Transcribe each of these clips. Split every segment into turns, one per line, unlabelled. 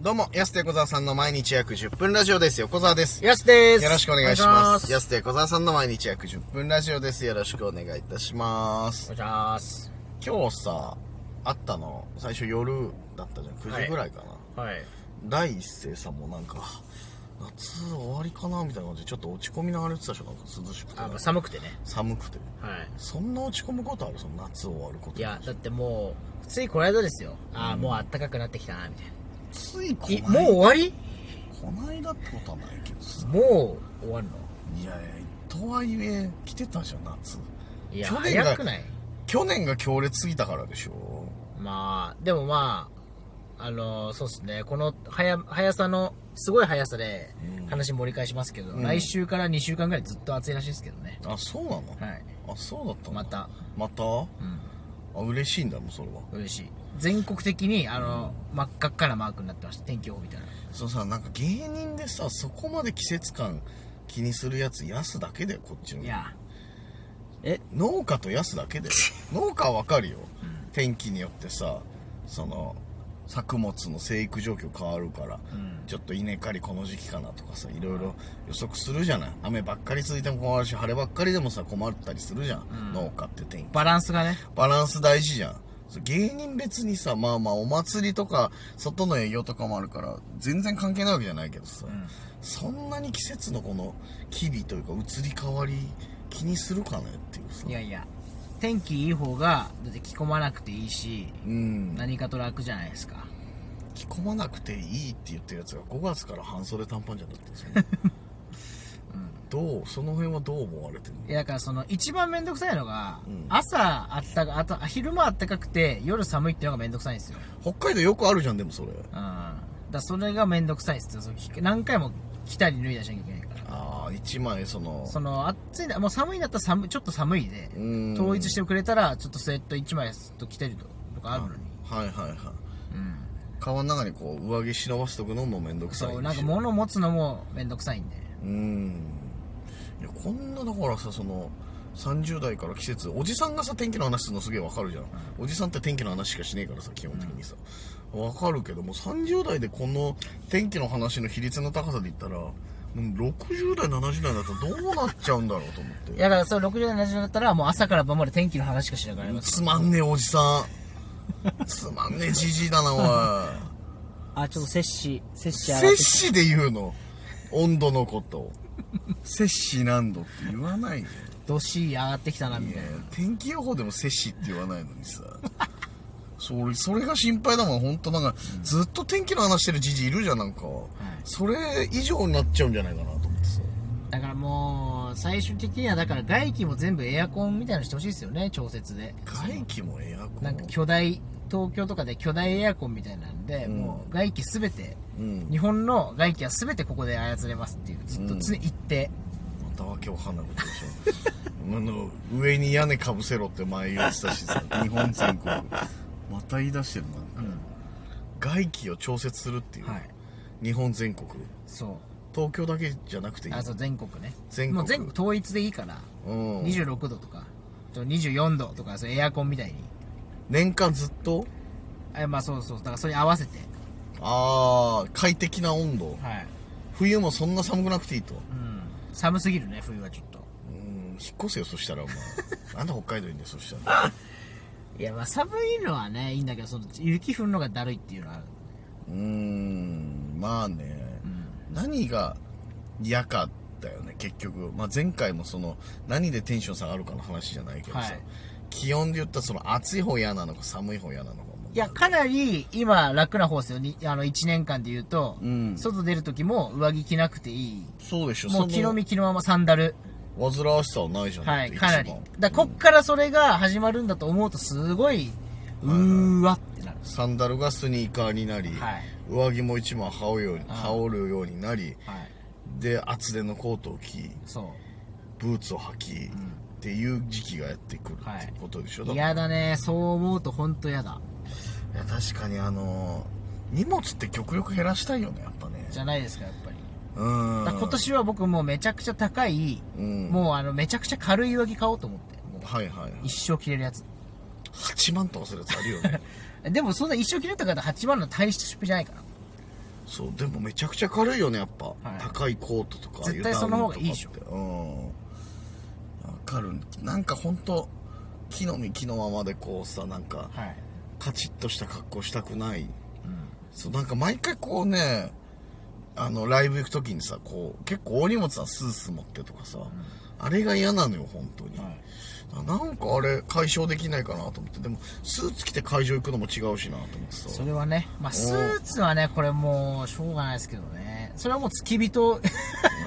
どうも、安手小沢さんの毎日約10分ラジオです。横澤です。よ
やすです。
ろしくお願いしま
お
す。
願いし
安手小沢さんの毎日約10分ラジオです。よろしくお願いいたします。
ます。
今日さ、会ったの、最初夜だったじゃん。9時ぐらいかな。
はい。
第一声さんもなんか、夏終わりかなみたいな感じで、ちょっと落ち込みながら言ってたでしょ。なんか涼しくて
あ、。まあ寒くてね。
寒くて。
は
そんな落ち込むことあるその夏終わること。
い。いや、だってもう、ついこの間ですよ。あー、もう暖かくなってきたな、みたい
ついこ
な。いもう
う
終わり
こないだってことはないけどさ。
もう終わるの
いやいやとはいえ来てたじゃん夏
いや、
去年が
早くない
去年が強烈すぎたからでしょ
まあ、でもまあ、あのーそうっすね。この、早、早さの、すごい速さで
うん、
話盛り返しますけど、
うん
来週から2週間ぐらいずっと暑いらしいですけどね。
あそうなの、
はい。
あそうだったの
また、
また
うん。
あ嬉しいんだもんそれは
嬉しい。全国的に、あの、真っ赤っかなマークになってました。天気予報みたいな。
そのさなんか芸人でさそこまで季節感気にするやつ安だけだよこっちの
いや、
農家と安だけ だよ農家はわかるよ、天気によってさその作物の生育状況変わるから、
うん
ちょっと稲刈りこの時期かなとかさいろいろ予測するじゃない雨ばっかり続いても困るし晴ればっかりでもさ困ったりするじゃん、
うん
農家って天気
バランスがね。
バランス大事じゃんそう芸人別にさまあまあお祭りとか外の営業とかもあるから全然関係ないわけじゃないけどさ、
うん
そんなに季節のこの機微というか移り変わり気にするかねっていうさ
いやいや天気いい方がだって着込まなくていいし
うん
何かと楽じゃないですか
着込まなくていいって言ってるやつが5月から半袖短パンじゃなくてさ、 どうその辺はどう思われてるの
いやだからその一番めんどくさいのが、
うん
朝あったかあと昼間あったかくて夜寒いっていうのがめんどくさいんですよ、
北海道よくあるじゃんでもそれ
うん、だからそれがめんどくさいっすよその着何回も着たり脱いだしなきゃいけないから
ああ1枚その
その暑いなもう寒いんだったら寒いちょっと寒いで
うん
統一してくれたらちょっとスウェット1枚ずっと着てるととかあるのに、
はいはいはい
うん、
川の中にこう上着忍ばしとくのもめんどくさいし
そうなんか物持つのもめんどくさいんで
うんいやこんなだからさその30代から季節おじさんがさ天気の話するのすげえわかるじゃん、おじさんって天気の話しかしねえからさ基本的にさわ、かるけども30代でこの天気の話の比率の高さで言ったらもう60代70代だとどうなっちゃうんだろうと思っ
い
て
やだからその60代70代だったらもう朝から晩まで天気の話しかしなくなります
つまんねえおじさんつまんねえじじいだなおい
あ、ちょっと摂氏、摂氏洗っ
摂
て
氏で言うの温度のことを摂氏何度って言わないよ
どっしり上がってきたな、み
い
た
や
いな。
天気予報でも摂氏って言わないのにさそれそれが心配だもん本当なんか、ずっと天気の話してるじじいいるじゃんなんか、それ以上になっちゃうんじゃないかなと思ってさ
だからもう、最終的には、だから外気も全部エアコンみたいなのしてほしいですよね、調節で。
外気もエアコン
なんか巨大、東京とかで巨大エアコンみたいなんで、
うん
もう外気すべて、
うん
日本の外気はすべてここで操れますっていう、ずっと常に一定。
またわけわかんないことでしょあの上に屋根かぶせろって前言ってたしさ日本全国また言い出してるなんか、外気を調節するっていう、
はい
日本全国
そう。
東京だけじゃなくていい
あ、そう、全国ね。
全国
もう全国統一でいいから、
うん
26度とか、ちょ24度とか、そうエアコンみたいに。
年間ずっと
あまあそうそう、だからそれに合わせて。
ああ快適な温度
はい。
冬もそんな寒くなくていいと
うん寒すぎるね冬はちょっと
うん引っ越せよそした らお前なんで北海道いいんだよそしたら
いやまあ寒いのはねいいんだけどその雪降るのがだるいっていうのはある
うーんまあね、何が嫌かだよね結局、まあ、前回もその何でテンション下がるかの話じゃないけどさ、
はい
気温で言ったらその暑い方嫌なのか寒い方嫌なのかも
いやかなり今楽な方ですよにあの1年間で言うと、
うん
外出る時も上着着なくていい
そうでしょ
もう
そ
着の
の
身着のままサンダル
煩わしさはないじゃん
はい
だって
かなり
一番
だからこっからそれが始まるんだと思うとすごいうーわってなる
サンダルがスニーカーになり、
はい
上着も一枚羽織るように
ああ
羽織るようになり
はい
で厚手のコートを着
そ
ブーツを履き、っていう時期がやってくる
はい
ってことでしょ、
う
だから
嫌だねそう思うと本当嫌だ
いや確かにあのー荷物って極力減らしたいよねやっぱね
じゃないですかやっぱり
うーん
だから今年は僕もうめちゃくちゃ高い、
うん
もうあのめちゃくちゃ軽い上着買おうと思ってもう
はいはい、はい、
一生着れるやつ
8万とかするやつあるよね
でもそんな一生着れるとかだと8万の大した出費じゃないから
そうでもめちゃくちゃ軽いよねやっぱ、
い
高いコートとか
絶対その方がいいでしょ
ょうんわかるなんかほんと木の実木のままでこうさなんか
はい、
カチッとした格好したくない
うん、
そうなんか毎回こうねあのライブ行く時にさこう結構大荷物なスース持ってとかさ、あれが嫌なのよ本当に、
はい
なんかあれ解消できないかなと思ってでもスーツ着て会場行くのも違うしなと思ってさ
それはね、まあ、スーツはね、これもう、しょうがないですけどね。 それはもう、付き人、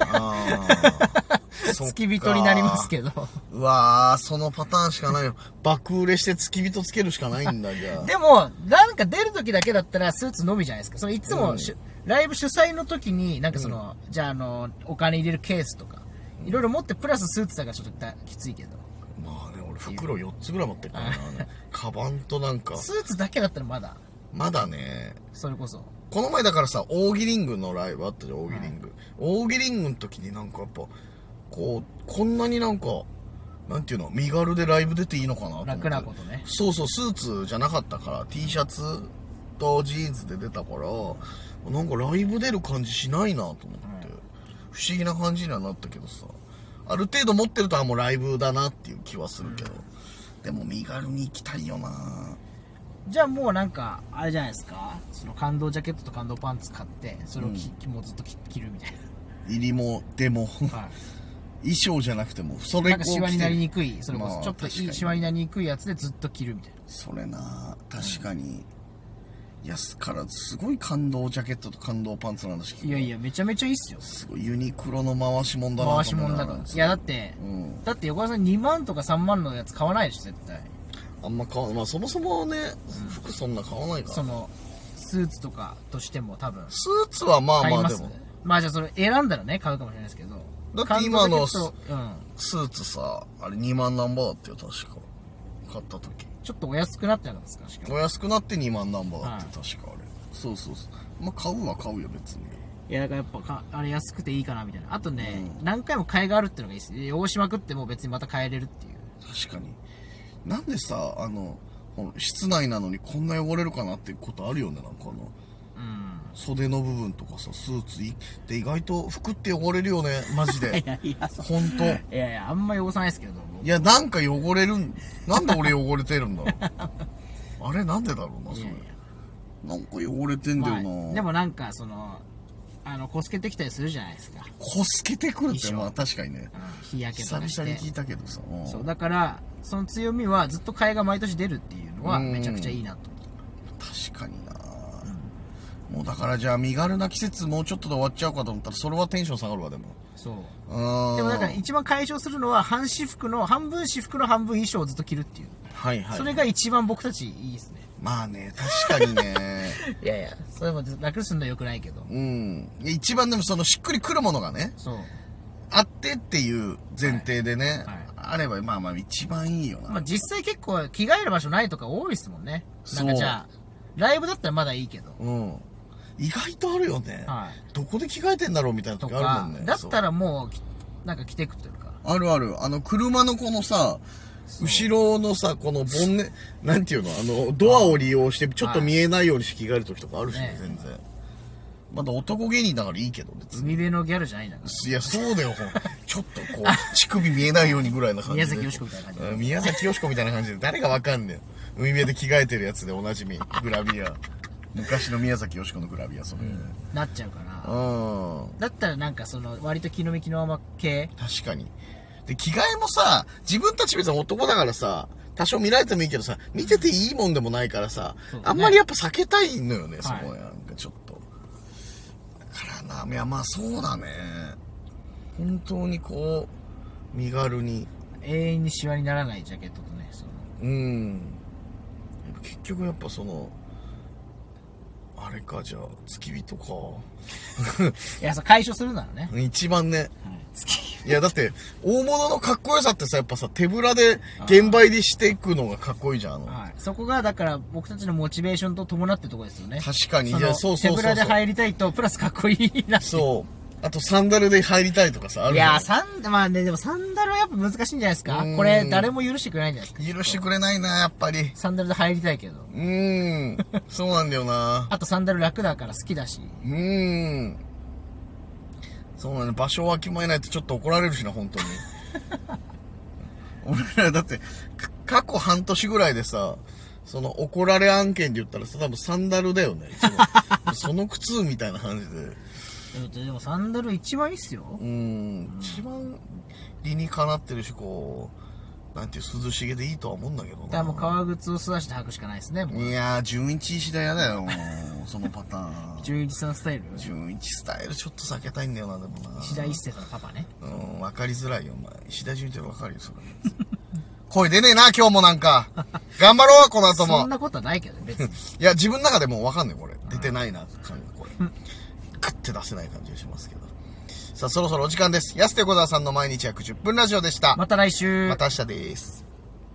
あー そっか
付き人になりますけど。
うわーそのパターンしかないよ爆売れして付き人つけるしかないんだじゃあ
でも、なんか出る時だけだったら、スーツのみじゃないですか。そのいつも、
うん
しゅライブ主催の時に、なんかその、じゃあ、あの、お金入れるケースとか、いろいろ持って、プラススーツだからちょっとだきついけど。
まあね俺袋4つぐらい持ってるから なあのカバンとなんか
スーツだけだったらまだ、
まだね
それこそ。
この前だからさ、大喜リングのライブあったじゃん、大喜リング。大喜リングの時になんかやっぱ、こう、こんなになんか、なんていうの、身軽でライブ出ていいのかなと思って
楽なことね
そうそう、スーツじゃなかったから、T シャツとジーンズで出たから、なんかライブ出る感じしないなと思って、不思議な感じにはなったけどさ、ある程度持ってると、あ、もうライブだなっていう気はするけど、でも身軽に行きたいよな
じゃあもうなんか、あれじゃないですか。その感動ジャケットと感動パンツ買って、それをき、もうずっと着着るみたい
入りも、でも。
な。はい。
衣装じゃなくてもそれ
なんかシワになりにくい、それこ
ま
そ
あ
ちょっとい
確か
い
に
シワになりにくいやつでずっと着るみたいな。
それな確かに、いやすからすごい感動ジャケットと感動パンツの話聞く
いやいや、めちゃめちゃいいっすよ。
すごいユニクロの回しもんだな
回しもんだから。いや、だって、
うん
だって横田さん2万とか3万のやつ買わないでしょ、絶対。
あんま買わないまあそもそもね服そんな買わないから、
その、スーツとかとしても多分。
スーツはまあ
買い
まあ
ま
ですも
まあじゃあそれ選んだらね、買うかもしれないですけど。
だって
感動
今の
ジャケットうん。
スーツさあれ2万ナンバーだったよ確か買った時
ちょっとお安くなってなかったですかしかも。
お安くなって2万ナンバーだって、
は
確かあれそうそうそうまあ買うは買うよ別に
いや、だからやっぱか、あれ安くていいかなみたいな。あとね、何回も買いがあるっていうのがいいです。で汚しまくっても別にまた買えれるっていう。
確かになんでさあのこの室内なのにこんな汚れるかなってことあるよねなんかあの
うん。
袖の部分とかさスーツいで意外と服って汚れるよねマジで
いやいや、
本当
いやいや、あんまり汚さないですけど、僕
いやなんか汚れるんなんで俺汚れてるんだろう あれなんでだろうなそ
い
れ
やいや
なんか汚れてんだよな、
まあでもなんかそのあのこすけてきたりするじゃないですか、
こすけてくるって
衣装
まあ確かにね
うん日焼けと
久
か
々
して
に聞いたけどさ、うん
そうだからその強みはずっと替えが毎年出るっていうのは
うん
めちゃくちゃいいなと
確かにな、もうだからじゃあ身軽な季節もうちょっとで終わっちゃうかと思ったらそれはテンション下がるわでも
そう
で
でもなんか一番解消するのは半私服の半分私服の半分衣装をずっと着るっていう、
はいはい。
それが一番僕たちいいですね
まあね、確かに ね。
いやいやそれも楽するのは良くないけど
うん。一番でもそのしっくりくるものがね、
そう
あってっていう前提でね、
はいはい
あればまあまあ一番いいよな。
まあ実際結構着替える場所ないとか多いですもんねな
そ
んか
う
じゃあライブだったらまだいいけど
うん。意外とあるよね、
はい
どこで着替えてんだろうみたいな
と
時
か
あるもんね。
だった
ら。
らもうきなんか着てくというか
あるある。あの、車のこのさ、
そう
後ろのさ、このボンネ、なんていうの、あの、ドアを利用して、ちょっと見えないようにして着替える時とかあるしね
ね、
全然。まだ男芸人だからいいけど、別に
海辺のギャルじゃないんだから
いや、そうだよ、ほん ちょっとこう、乳首見えないようにぐらいな感じで。
宮崎美子みたいな感じで
うん宮崎よしこみたいな感じで、誰がわかんねん。海辺で着替えてるやつでおなじみ、グラビア。昔の宮崎よしこのグラビア、それ。うん。
なっちゃうからだったらなんかその割と気の幹のまま系
確かに。で、着替えもさ、自分たち別に男だからさ、多少見られてもいいけどさ、見てていいもんでもないからさ、
そうだね
あんまりやっぱ避けたいのよね、そこ
は
は。なんかちょっと。だからな、いや、まあそうだね。本当にこう、身軽に。
永遠にシワにならないジャケットとねその
うん結局やっぱそのあれかじゃあ付き人か
いやそう解消するならね、
一番ね
はい、
いやだって大物のかっこよさってさやっぱさ手ぶらで現場入りしていくのがかっこいいじゃんあの
はい、そこがだから僕たちのモチベーションと伴ってとこですよね
確かに
そ
いや
の
そうそうそうそう
手ぶらで入りたいとプラスかっこいいなって
そうあとサンダルで入りたいとかさ、ある
い
じゃん
やー、サン、まあね、でもサンダルはやっぱ難しいんじゃないですか
うん
これ、誰も許してくれないんじゃないですか
許してくれないな、やっぱり。
サンダルで入りたいけど。
うーん。そうなんだよな。
あとサンダル楽だから好きだし。
うーん。そうなんだ、場所をわきまえないとちょっと怒られるしな、本当に。俺らだって、か過去半年ぐらいでさ、その怒られ案件で言ったらさ、多分サンダルだよね。そのその靴みたいな感じで。
でもサンダル一番いいっすよ
う。ーん。一番理にかなってるし、こう、なんていう、涼しげでいいとは思うんだけどな。
だからもう革靴を素足で履くしかないですね。もう
いやー、純一石田嫌だよ、もう。そのパターン。
純一さんスタイル
純一スタイルちょっと避けたいんだよな、でもな。
石田一世さんのパパね。
うん、わかりづらいよ、お前。石田純一郎わかるよ、それ。 声出ねえな、今日もなんか。 頑張ろう、この後
そ
も
ん。なことはないけどね、別に。
いや、自分の中でもうわかんない、これ。出てないな、感が、これ。クって出せない感じがしますけど。さあ、そろそろお時間です。安手小沢さんの毎日約10分ラジオでした。
また来週。
また明日です。